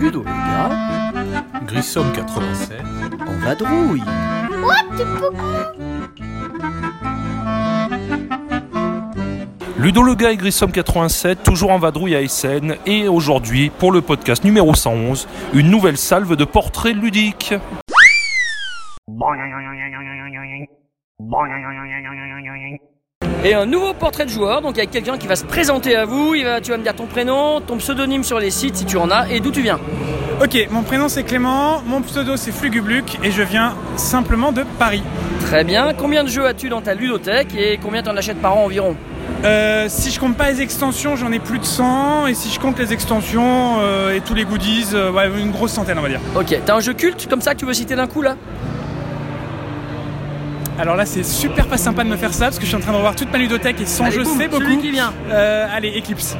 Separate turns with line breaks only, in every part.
Ludo Vega
Grissom 87.
en vadrouille.
Ludo Lega et Grissom 87, toujours en vadrouille à Essen. Et aujourd'hui, pour le podcast numéro 111, une nouvelle salve de portraits ludiques.
Et un nouveau portrait de joueur, donc avec quelqu'un qui va se présenter à vous, il va, tu vas me dire ton prénom, ton pseudonyme sur les sites si tu en as et d'où tu viens.
Ok, mon prénom c'est Clément, mon pseudo c'est Flugubluc et je viens simplement de Paris.
Très bien, combien de jeux as-tu dans ta ludothèque et combien t'en achètes par an environ
Euh, si je compte pas les extensions, j'en ai plus de 100 et si je compte les extensions euh, et tous les goodies, euh, ouais, une grosse centaine on va dire.
Ok, t'as un jeu culte comme ça que tu veux citer d'un coup là
Alors là c'est super pas sympa de me faire ça parce que je suis en train de revoir toute ma ludothèque et son
Allez,
jeu
boum,
c'est
Celui
beaucoup.
qui vient.
Euh, allez, Eclipse,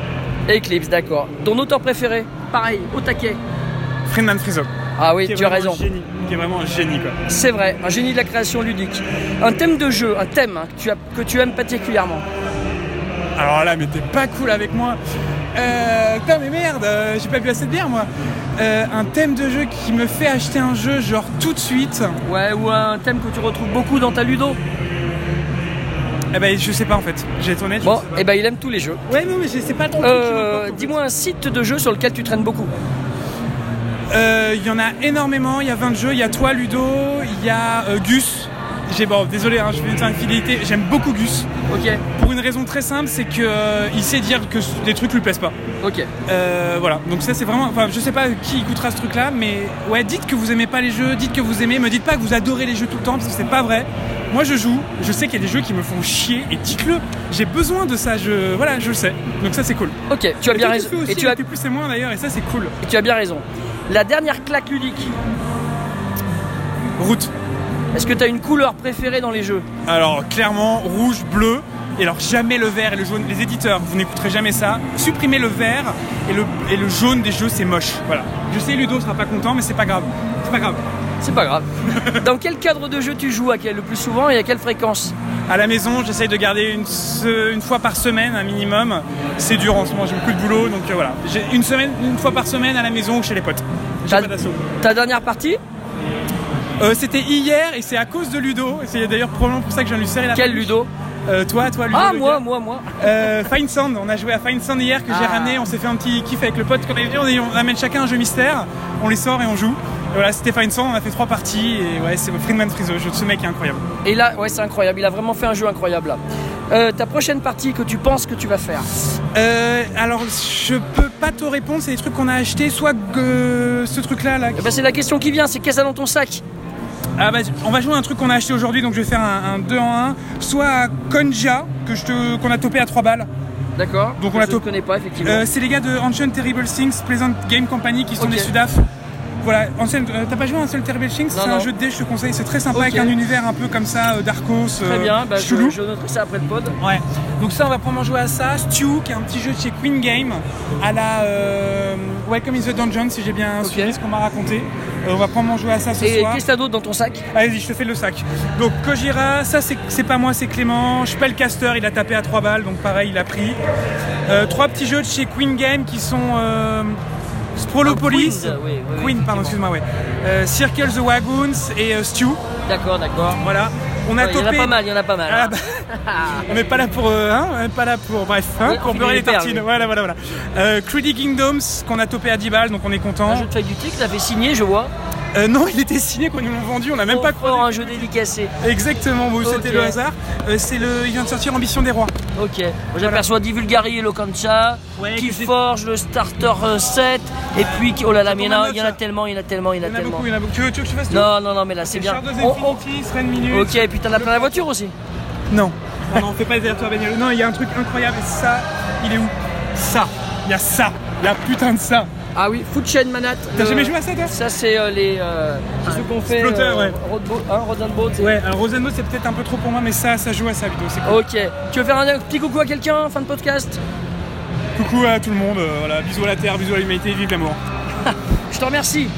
Eclipse, d'accord. Ton auteur préféré Pareil, au taquet.
Friedman Friso.
Ah oui,
Qui est
tu as
vraiment
raison.
un génie, qui est vraiment un génie quoi.
C'est vrai, un génie de la création ludique. Un thème de jeu, un thème hein, que, tu as- que tu aimes particulièrement.
Alors là mais t'es pas cool avec moi. Euh, putain mais merde, euh, j'ai pas bu assez de bière moi. Euh, un thème de jeu qui me fait acheter un jeu genre tout de suite.
Ouais, ou un thème que tu retrouves beaucoup dans ta ludo.
Eh ben je sais pas en fait, j'ai été honnête. je
Bon,
sais pas.
et ben il aime tous les jeux.
Ouais, non, mais je sais pas trop.
Euh, Dis-moi un site de jeu sur lequel tu traînes beaucoup.
Il Euh, y en a énormément. Il y a 20 jeux. Il y a toi, Ludo. Il y a euh, Gus. J'ai bon, désolé, hein, je vais te faire une fidélité. J'aime beaucoup Gus.
Ok,
Pour une raison très simple, c'est que euh, il sait dire que des trucs lui plaisent pas.
ok.
Euh, voilà. Donc ça, c'est vraiment. Enfin, je sais pas qui écoutera ce truc-là, mais ouais, dites que vous aimez pas les jeux. Dites que vous aimez. Me dites pas que vous adorez les jeux tout le temps parce que c'est pas vrai. Moi, je joue. Je sais qu'il y a des jeux qui me font chier et dites-le. J'ai besoin de ça. Je voilà, je le sais. Donc ça, c'est cool.
Ok, tu as bien
Et
raison.
fais aussi
Et tu as,
les plus et moins d'ailleurs, et ça, c'est cool.
tu as bien raison. La dernière claque ludique,
Route.
est-ce que tu as une couleur préférée dans les jeux
Alors clairement, rouge, bleu. Et alors jamais le vert et le jaune. Les éditeurs, vous n'écouterez jamais ça. Supprimez le vert et le, et le jaune des jeux, c'est moche. Voilà. Je sais, Ludo sera pas content, mais c'est pas grave. C'est pas grave.
C'est pas grave. dans quel cadre de jeu tu joues à quel, le plus souvent et à quelle fréquence
À la maison, j'essaye de garder une, se- une fois par semaine un minimum. C'est dur en ce moment, j'ai beaucoup de boulot, donc euh, voilà. J'ai une semaine, une fois par semaine à la maison ou chez les potes. J'ai
Ta,
pas d'assaut.
ta dernière partie
Euh, C'était hier et c'est à cause de Ludo. Et C'est d'ailleurs probablement pour ça que je viens de lui serrer la
Quel
pince.
Ludo
Euh, Toi, toi, Ludo.
Ah,
le
moi,
gars.
moi, moi.
Euh, Fine Sound, on a joué à Fine Sound hier que j'ai
Ah.
ramené, on s'est fait un petit kiff avec le pote qu'on avait vu, on, est- on amène chacun un jeu mystère, on les sort et on joue. Et voilà, c'était Fine Sound, on a fait trois parties et ouais, c'est Friedman Friso, je- ce mec est incroyable.
Et là, ouais, c'est incroyable. Il a vraiment fait un jeu incroyable là. Euh, ta prochaine partie que tu penses que tu vas faire
Euh, alors je peux pas te répondre, c'est des trucs qu'on a acheté, soit euh, ce truc là là.
Eh ben, C'est la question qui vient c'est qu'est-ce qu'il y a dans ton sac
Ah bah, on va jouer à un truc qu'on a acheté aujourd'hui, donc je vais faire un, 2 en 1, soit à Konja, que je te- qu'on a topé à 3 balles.
D'accord
Donc, on la
Je ne
taupe.
connais pas, effectivement.
Euh, c'est les gars de Ancient Terrible Things, Pleasant Game Company qui sont
Ok.
des Sudaf. Voilà, Ancient- euh, t'as pas joué à Ancient Terrible Things
Non,
C'est
non.
un jeu de dés, je te conseille, c'est très sympa
Ok.
avec un univers un peu comme ça, euh, Darkos,
Très
euh,
bien, bah, je,
Cthulhu.
je noterai ça après le pod.
Ouais. Donc ça, on va probablement jouer à ça. Stew, qui est un petit jeu de chez Queen Game, à la euh, Welcome in the Dungeon, si j'ai bien
Ok.
suivi ce qu'on m'a raconté. Euh, on va probablement jouer à ça ce
Et
soir.
qu'est-ce que t'as d'autre dans ton sac
Allez-y, je te fais le sac. Donc Kojira, ça c'est c'est pas moi, c'est Clément. Spellcaster, il a tapé à 3 balles, donc pareil, il a pris. Euh, trois petits jeux de chez Queen Game qui sont euh, Sprolopolis,
Ah, Queen, oui, oui, oui,
Queen, pardon, excuse-moi, ouais. Euh, Circle the Wagons et euh, Stew.
D'accord, d'accord.
Voilà. On a
Ouais, Il y en a
topé.
pas mal, il y en a pas mal.
Ah, bah, on n'est pas là pour, euh, hein, on n'est pas là pour, bref, hein,
Ouais, on
pour
fait
beurrer
des
les tartines.
perles, oui.
Voilà, voilà, voilà. Euh, Crudy Kingdoms qu'on a topé à 10 balles, donc on est
Un
content.
jeu de faculté que t'as fait signer, je vois.
Euh, non, il était signé quand ils nous l'ont vendu, on n'a même pas
Encore
croisé.
un jeu dédicacé.
Exactement, bon, c'était
Ok.
le hasard. Euh, c'est le, il vient de sortir Ambition des Rois.
Ok. Moi, J'aperçois Divulgari et Locancha,
Ouais,
qui
que j'ai-
forge le starter euh, 7, et puis qui- oh là là, mais il y en a,
tombe à neuf,
il y en a
ça.
tellement, il y en a tellement, il y en
Il
a
y en a
tellement.
beaucoup, il y en a beaucoup. Tu veux, tu veux que je fasse tout
Non, non, non, mais là c'est bien.
Shadows of
On- on-
Infinity, Thread Minute.
Ok, et puis t'en as plein la voiture aussi.
Non, on n'en fait pas des retours à bagnole. Non, il y a un truc incroyable, et ça, il est où Ça, il y a ça, il y a putain de ça.
Ah oui, Food Chain euh, Manat.
T'as
le-
jamais joué à ça, toi
Ça c'est euh, les. euh, c'est ce qu'on fait.
Splatter, ouais.
Roadboat, hein, Road and Boat, c'est-
Ouais, alors Rosanmo, c'est peut-être un peu trop pour moi, mais ça, ça joue à sa vidéo, c'est cool.
Ok. Tu veux faire un petit coucou à quelqu'un, fin de podcast
Coucou à tout le monde, euh, voilà, bisous à la terre, bisous à l'humanité, vive l'amour.
Je te remercie.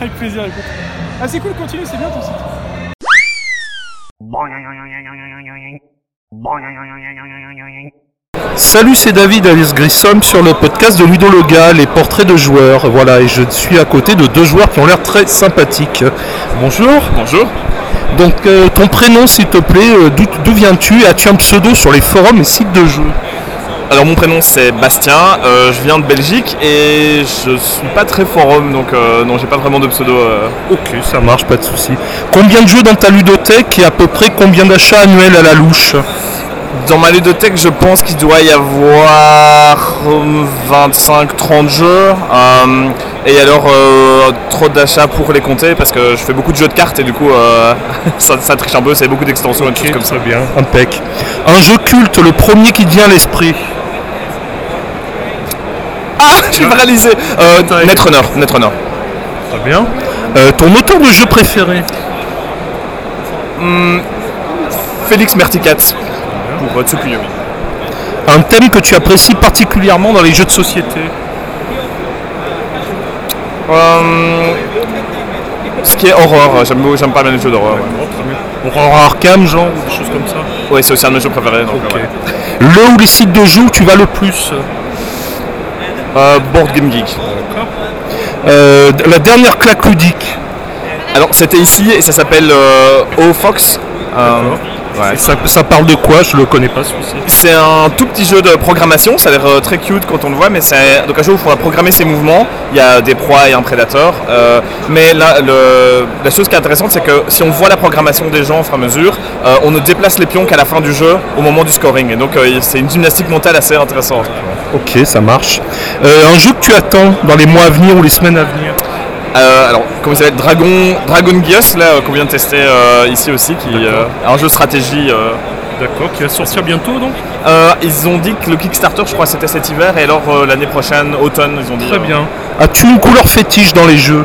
Avec plaisir, écoute. Ah, c'est cool, continue, c'est bien ton site.
Salut, c'est David alias Grissom sur le podcast de Ludologa, les portraits de joueurs. Voilà, et je suis à côté de deux joueurs qui ont l'air très sympathiques. Bonjour.
Bonjour.
Donc, euh, ton prénom, s'il te plaît, euh, d'où d'où viens-tu As-tu un pseudo sur les forums et sites de jeux
Alors mon prénom c'est Bastien, euh, je viens de Belgique et je suis pas très forum donc euh, non j'ai pas vraiment de pseudo. euh.
Ok, ça marche, pas de souci. Combien de jeux dans ta ludothèque et à peu près combien d'achats annuels à la louche
Dans ma ludothèque je pense qu'il doit y avoir 25-30 jeux euh, et alors euh, trop d'achats pour les compter parce que je fais beaucoup de jeux de cartes et du coup euh, ça, ça triche un peu, c'est beaucoup d'extensions et de choses comme ça.
bien. Impec. Un jeu culte, le premier qui te vient à l'esprit.
Ah je suis paralysé euh, Netrunner, Netrunner.
Très bien. Euh, ton auteur de jeu préféré
Hmm, Félix Merticat pour euh, Tsukuyomi.
Un thème que tu apprécies particulièrement dans les jeux de société
Euh, ce qui est horreur, j'aime beaucoup- j'aime pas bien les jeux d'horreur. ouais.
Horror Arkham, genre, ou des choses comme ça
Oui, c'est aussi un de mes jeux préférés. donc, euh, ouais.
Le ou les sites de jeux où tu vas le plus
Euh, Board Game Geek.
Euh, La dernière claque ludique.
Alors, c'était ici et ça s'appelle euh, OFox. Euh, ouais.
Ça, ça parle de quoi Je le connais pas celui-ci.
C'est un tout petit jeu de programmation, ça a l'air euh, très cute quand on le voit, mais c'est donc un jeu où il faudra programmer ses mouvements, il y a des proies et un prédateur, euh, mais là, le- la chose qui est intéressante, c'est que si on voit la programmation des gens au fur et à mesure, euh, on ne déplace les pions qu'à la fin du jeu, au moment du scoring, et donc euh, c'est une gymnastique mentale assez intéressante.
Ok, ça marche. Euh, un jeu que tu attends dans les mois à venir ou les semaines à venir
Euh, alors, comment il s'appelle Dragon, Dragon Geass, là, euh, qu'on vient de tester euh, ici aussi, qui euh, est un jeu de stratégie. euh.
D'accord, qui va sortir bientôt donc
Euh, ils ont dit que le Kickstarter, je crois, c'était cet hiver, et alors euh, l'année prochaine, automne, ils ont dit.
Très
euh,
bien.
As-tu une couleur fétiche dans les jeux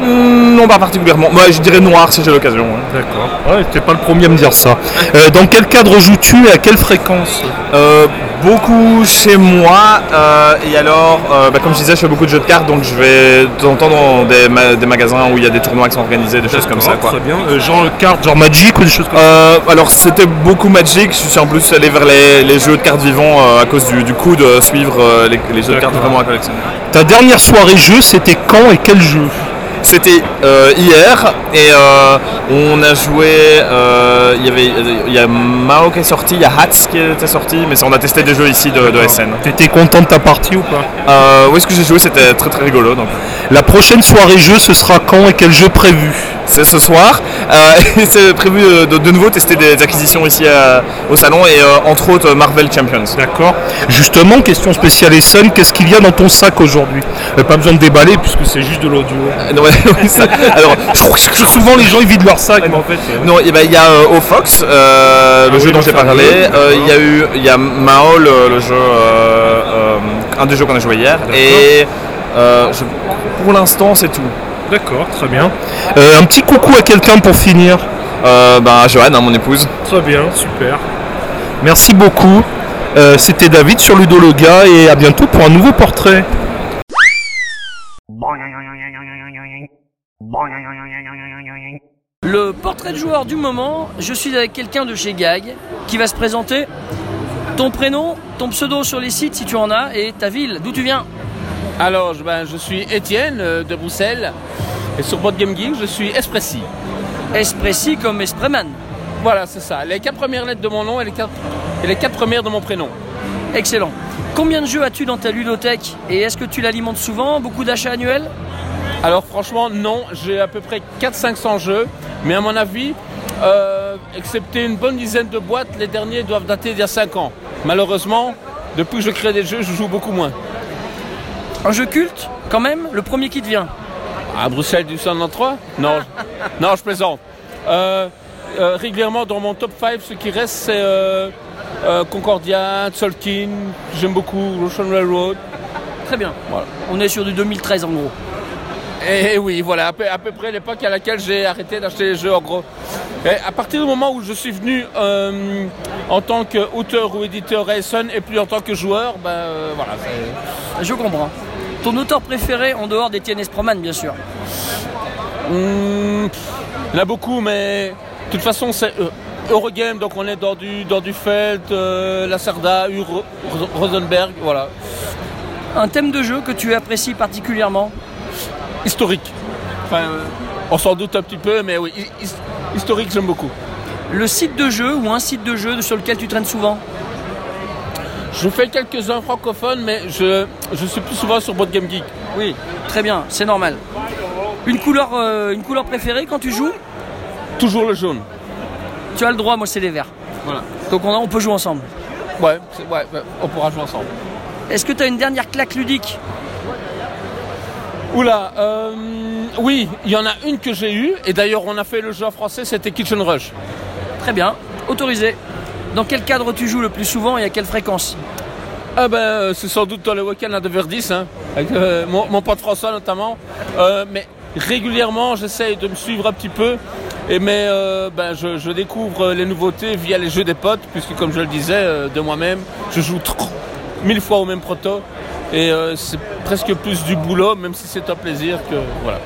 Hmm, non, pas particulièrement. Moi, je dirais noir si j'ai l'occasion. hein. ouais.
D'accord. Ouais, t'es pas le premier à me dire ça. Euh, dans quel cadre joues-tu et à quelle fréquence
Euh, beaucoup chez moi, euh, et alors, euh, bah, comme je disais, je fais beaucoup de jeux de cartes, donc je vais de temps en temps dans des, ma- des magasins où il y a des tournois qui sont organisés, des choses comme ça, quoi.
Très bien. Euh, genre,
Carte genre Magic ou des choses comme
Euh, alors c'était beaucoup Magic, je suis en plus allé vers les, les jeux de cartes vivants euh, à cause du, du coût de suivre euh, les, les jeux de cartes vraiment à collectionner.
ça Ta dernière soirée jeu, c'était quand et quel jeu
C'était euh, hier et euh, on a joué, euh, il y avait il y a Mao qui est sorti, il y a Hats qui était sorti, mais ça, on a testé des jeux ici de, de SN.
T'étais content de ta partie ou pas
Euh, oui ce que j'ai joué c'était très très rigolo donc.
La prochaine soirée jeu, ce sera quand et quel jeu prévu
C'est ce soir. Euh, et c'est prévu euh, de, de nouveau tester des acquisitions ici à- au salon et euh, entre autres euh, Marvel Champions.
D'accord. Justement, question spéciale Essonne, qu'est-ce qu'il y a dans ton sac aujourd'hui Euh, Pas besoin de déballer puisque c'est juste de l'audio.
Euh, non, oui, ça- alors
Ah, Souvent les gens ils vident leur sac, mais en fait. euh,
Non, eh ben, il y a euh, Ofox, euh,
Ah
le jeu
oui,
dont
le
j'ai
fameux,
parlé. Euh,
d'accord.
Il y a eu, il y a Mao, le, le jeu, euh, euh, un des jeux qu'on a joué hier. Et euh, je- pour l'instant, c'est tout.
D'accord, très bien. Euh, un petit coucou à quelqu'un pour finir.
Euh, ben, Johan, hein, mon épouse.
Très bien, super. Merci beaucoup. Euh, C'était David sur Ludologa et à bientôt pour un nouveau portrait.
Le portrait de joueur du moment, je suis avec quelqu'un de chez Gag qui va se présenter. Ton prénom, ton pseudo sur les sites si tu en as et ta ville, d'où tu viens.
Alors, je- ben, je suis Étienne euh, de Bruxelles et sur Board Game Geek, je suis Espressi.
Espressi comme Espreman.
Voilà, c'est ça. Les quatre premières lettres de mon nom et les quatre, et les quatre premières de mon prénom.
Excellent. Combien de jeux as-tu dans ta ludothèque et est-ce que tu l'alimentes souvent Beaucoup d'achats annuels
Alors, franchement, non, j'ai à peu près 400-500 jeux, mais à mon avis, euh, excepté une bonne dizaine de boîtes, les derniers doivent dater d'il y a 5 ans. Malheureusement, depuis que je crée des jeux, je joue beaucoup moins.
Un jeu culte quand même Le premier qui te vient.
À Bruxelles du 193 Non, je- non, je plaisante. Euh, euh, régulièrement dans mon top 5, ce qui reste, c'est euh, euh, Concordia, Tolkien, j'aime beaucoup, Russian Railroad.
Très bien.
Voilà.
On est sur du 2013 en gros.
Et Eh, oui, voilà, à peu, à peu près l'époque à laquelle j'ai arrêté d'acheter les jeux en gros. Et à partir du moment où je suis venu euh, en tant qu'auteur ou éditeur Rayson et plus en tant que joueur, ben euh, voilà. c'est-
Je comprends. Ton auteur préféré en dehors d'Étienne Espreman bien sûr.
Hmm, pff, il y en a beaucoup, mais de toute façon, c'est euh, Eurogame, donc on est dans du, dans du Feld, euh, la Sarda, Ur- Ro- Rosenberg, voilà.
Un thème de jeu que tu apprécies particulièrement
Historique. Enfin, euh, on s'en doute un petit peu, mais oui, hi- his- historique, j'aime beaucoup.
Le site de jeu ou un site de jeu sur lequel tu traînes souvent
Je fais quelques-uns francophones, mais je, je suis plus souvent sur Board Game Geek.
Oui, très bien, c'est normal. Une couleur, euh, une couleur préférée quand tu joues
Toujours le jaune.
Tu as le droit, moi c'est les verts.
Voilà.
Donc on, on peut jouer ensemble.
Ouais, c'est- ouais, ouais, on pourra jouer ensemble.
Est-ce que tu as une dernière claque ludique
Oula, euh, oui, il y en a une que j'ai eue, et d'ailleurs on a fait le jeu en français, c'était Kitchen Rush.
Très bien, autorisé. Dans quel cadre tu joues le plus souvent et à quelle fréquence
Ah ben, euh, c'est sans doute dans le week-end à 9h10, hein, avec euh, mon, mon pote François notamment. Euh, mais régulièrement, j'essaye de me suivre un petit peu, et mais euh, ben, je, je découvre les nouveautés via les jeux des potes, puisque comme je le disais euh, de moi-même, je joue trop, mille fois au même proto, et euh, c'est presque plus du boulot, même si c'est un plaisir que voilà.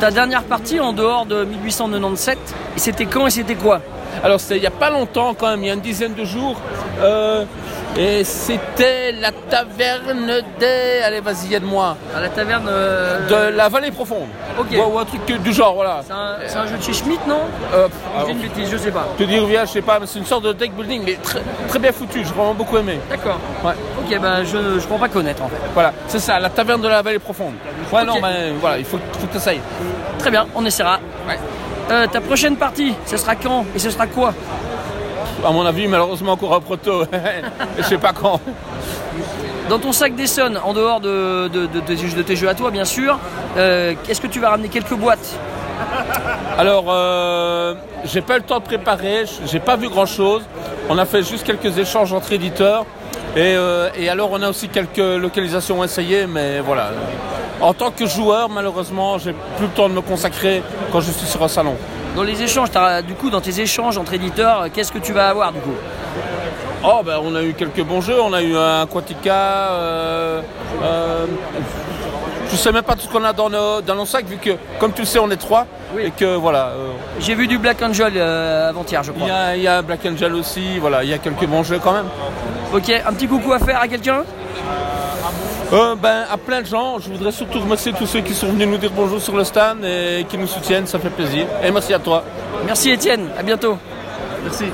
Ta dernière partie en dehors de 1897, et c'était quand et c'était quoi
Alors c'était il n'y a pas longtemps quand même, il y a une dizaine de jours. euh, et c'était la taverne des... Allez vas-y aide-moi.
À la taverne. euh,
De la vallée profonde.
Ok.
Ou, ou un truc que- du genre, voilà.
C'est un, c'est un jeu de chez Schmitt, non
Euh,
Je dis une bêtise, je sais pas.
te dire, viens, je sais pas, mais c'est une sorte de deck building, mais très, très bien foutu, j'ai vraiment beaucoup aimé.
D'accord.
Ouais,
Ok, bah je, je crois pas connaître en fait.
voilà, c'est ça, la taverne de la vallée profonde. Ouais,
Ok.
non, mais voilà, il faut, faut que t'essayes.
Très bien, on essaiera. Euh, ta prochaine partie, ce sera quand et ce sera quoi
À mon avis, malheureusement, encore un proto, je sais pas quand.
Dans ton sac d'Essonne, en dehors de, de, de- de- de tes jeux à toi, bien sûr, euh, est-ce que tu vas ramener quelques boîtes
Alors, euh, j'ai pas eu le temps de préparer, j- j'ai pas vu grand chose. On a fait juste quelques échanges entre éditeurs. Et, euh, et alors, on a aussi quelques localisations à essayer, mais voilà. En tant que joueur, malheureusement, j'ai plus le temps de me consacrer quand je suis sur un salon.
Dans les échanges, t'as- du coup, dans tes échanges entre éditeurs, euh, qu'est-ce que tu vas avoir du coup
Oh, ben, on a eu quelques bons jeux. On a eu un Quantica. Euh, euh, je sais même pas tout ce qu'on a dans nos, dans nos sacs, vu que, comme tu le sais, on est trois.
Oui.
Et que, voilà. euh,
J'ai vu du Black Angel euh, avant-hier, je
Il
crois.
y, a, il y a Black Angel aussi. Voilà, il y a quelques bons jeux quand même.
Ok, un petit coucou à faire à quelqu'un
Euh, ben, à plein de gens, je voudrais surtout remercier tous ceux qui sont venus nous dire bonjour sur le stand et qui nous soutiennent, ça fait plaisir. Et merci à toi.
Merci Étienne, à bientôt.
Merci.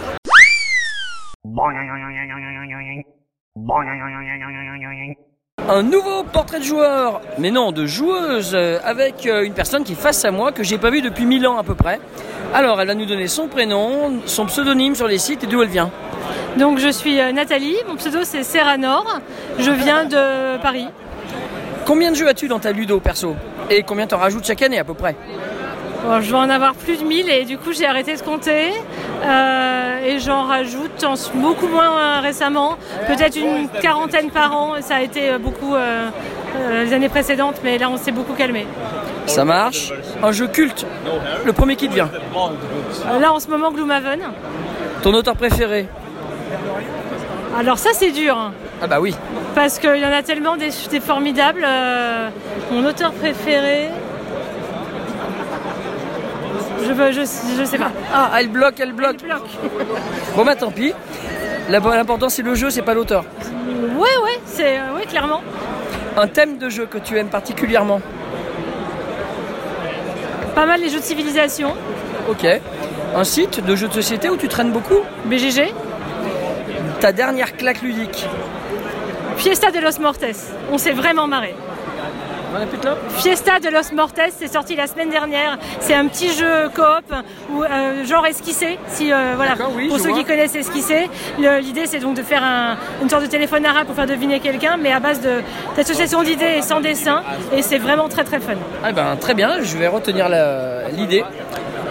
Un nouveau portrait de joueur, mais non, de joueuse, euh, avec euh, une personne qui est face à moi, que j'ai pas vue depuis 1000 ans à peu près. Alors, elle va nous donner son prénom, son pseudonyme sur les sites et d'où elle vient.
Donc je suis euh, Nathalie, mon pseudo c'est Serranor, je viens de Paris.
Combien de jeux as-tu dans ta Ludo perso Et combien t'en rajoutes chaque année à peu près
Bon, je vais en avoir plus de 1000 et du coup j'ai arrêté de compter Euh, et j'en rajoute en s- beaucoup moins euh, récemment, peut-être une quarantaine par an, ça a été euh, beaucoup euh, euh, les années précédentes mais là on s'est beaucoup calmé.
Ça marche. Un jeu culte. Le premier qui te vient.
Euh, là en ce moment Gloomhaven,
Ton auteur préféré
alors ça c'est dur hein,
Ah bah oui.
parce qu'il y en a tellement des, des formidables, Euh, mon auteur préféré... Je, veux- je, je sais pas.
Ah, elle bloque, elle bloque.
Je bloque.
Bon bah tant pis. La- L'important c'est le jeu, c'est pas l'auteur.
Ouais, ouais, c'est euh, ouais, clairement.
Un thème de jeu que tu aimes particulièrement
Pas mal les jeux de civilisation,
Ok. Un site de jeux de société où tu traînes beaucoup
BGG,
Ta dernière claque ludique.
Fiesta de los Mortes. On s'est vraiment marré.
On répète là
Fiesta de los Mortes, c'est sorti la semaine dernière. C'est un petit jeu coop ou euh, genre esquissé, si euh, voilà.
D'accord, oui,
pour
je
ceux
vois.
qui connaissent esquissé, le- l'idée c'est donc de faire un- une sorte de téléphone arabe pour faire deviner quelqu'un, mais à base de- d'associations d'idées et sans dessin. Et c'est vraiment très très fun.
Ah ben très bien, je vais retenir la- l'idée.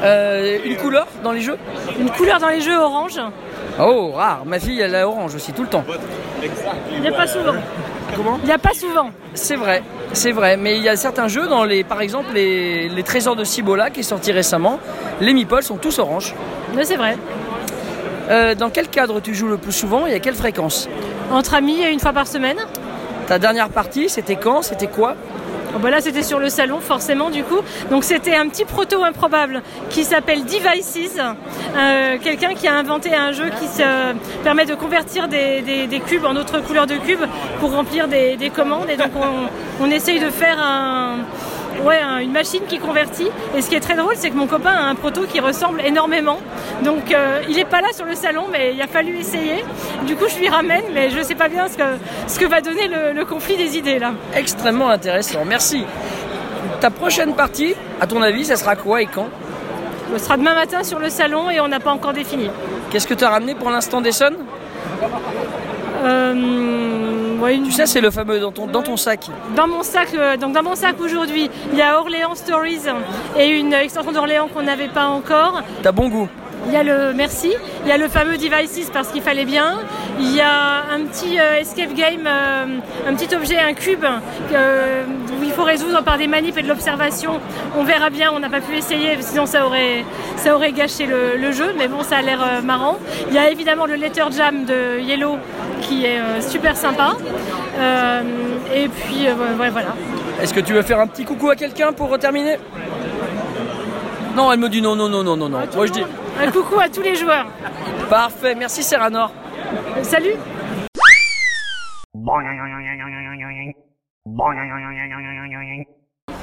Euh, une couleur dans les jeux
Une couleur dans les jeux orange,
Oh rare, ma fille elle a orange aussi tout le temps.
il n'y a pas souvent. Comment Il n'y a pas souvent.
C'est vrai, c'est vrai, mais il y a certains jeux dans les, par exemple les, les trésors de Cibola qui est sorti récemment, les meeples sont tous orange.
Mais c'est vrai.
Euh, dans quel cadre tu joues le plus souvent et à quelle fréquence
Entre amis, une fois par semaine.
Ta dernière partie, c'était quand C'était quoi
Bon, bah là, c'était sur le salon, forcément, du coup. Donc, c'était un petit proto improbable qui s'appelle Devices. Euh, Quelqu'un qui a inventé un jeu qui se permet de convertir des, des- des cubes en d'autres couleurs de cubes pour remplir des, des commandes. Et donc, on, on essaye de faire un. Ouais, un- une machine qui convertit. Et ce qui est très drôle, c'est que mon copain a un proto qui ressemble énormément. Donc, euh, il n'est pas là sur le salon, mais il a fallu essayer. Du coup, je lui ramène, mais je ne sais pas bien ce que, ce que va donner le, le conflit des idées là.
Extrêmement intéressant, merci. Ta prochaine partie, à ton avis, ça sera quoi et quand
Ce sera demain matin sur le salon et on n'a pas encore défini.
Qu'est-ce que tu as ramené pour l'instant d'Essonne
Euh, ouais, une-
Tu sais, c'est le fameux dans ton, dans ton sac.
Dans mon sac, euh, donc dans mon sac aujourd'hui, il y a Orléans Stories et une extension d'Orléans qu'on n'avait pas encore.
T'as bon goût.
Il y a le merci, il y a le fameux Devices parce qu'il fallait bien, il y a un petit euh, escape game, euh, un petit objet, un cube euh, où il faut résoudre par des manips et de l'observation. On verra bien, on n'a pas pu essayer, sinon ça aurait, ça aurait gâché le, le jeu, mais bon, ça a l'air euh, marrant. Il y a évidemment le Letter Jam de Yellow qui est euh, super sympa. Euh, et puis, euh, ouais, voilà.
Est-ce que tu veux faire un petit coucou à quelqu'un pour terminer Non, elle me dit non, non, non, non, non, non. Moi je dis
Un coucou à tous les joueurs.
parfait, merci Serranor.
Euh, Salut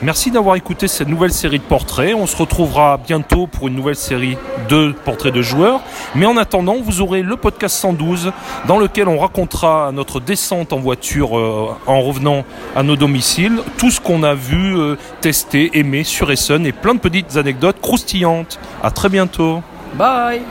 Merci d'avoir écouté cette nouvelle série de portraits. On se retrouvera bientôt pour une nouvelle série de portraits de joueurs. Mais en attendant, vous aurez le podcast 112 dans lequel on racontera notre descente en voiture euh, en revenant à nos domiciles, tout ce qu'on a vu, euh, testé, aimé sur Essen et plein de petites anecdotes croustillantes. À très bientôt.
Bye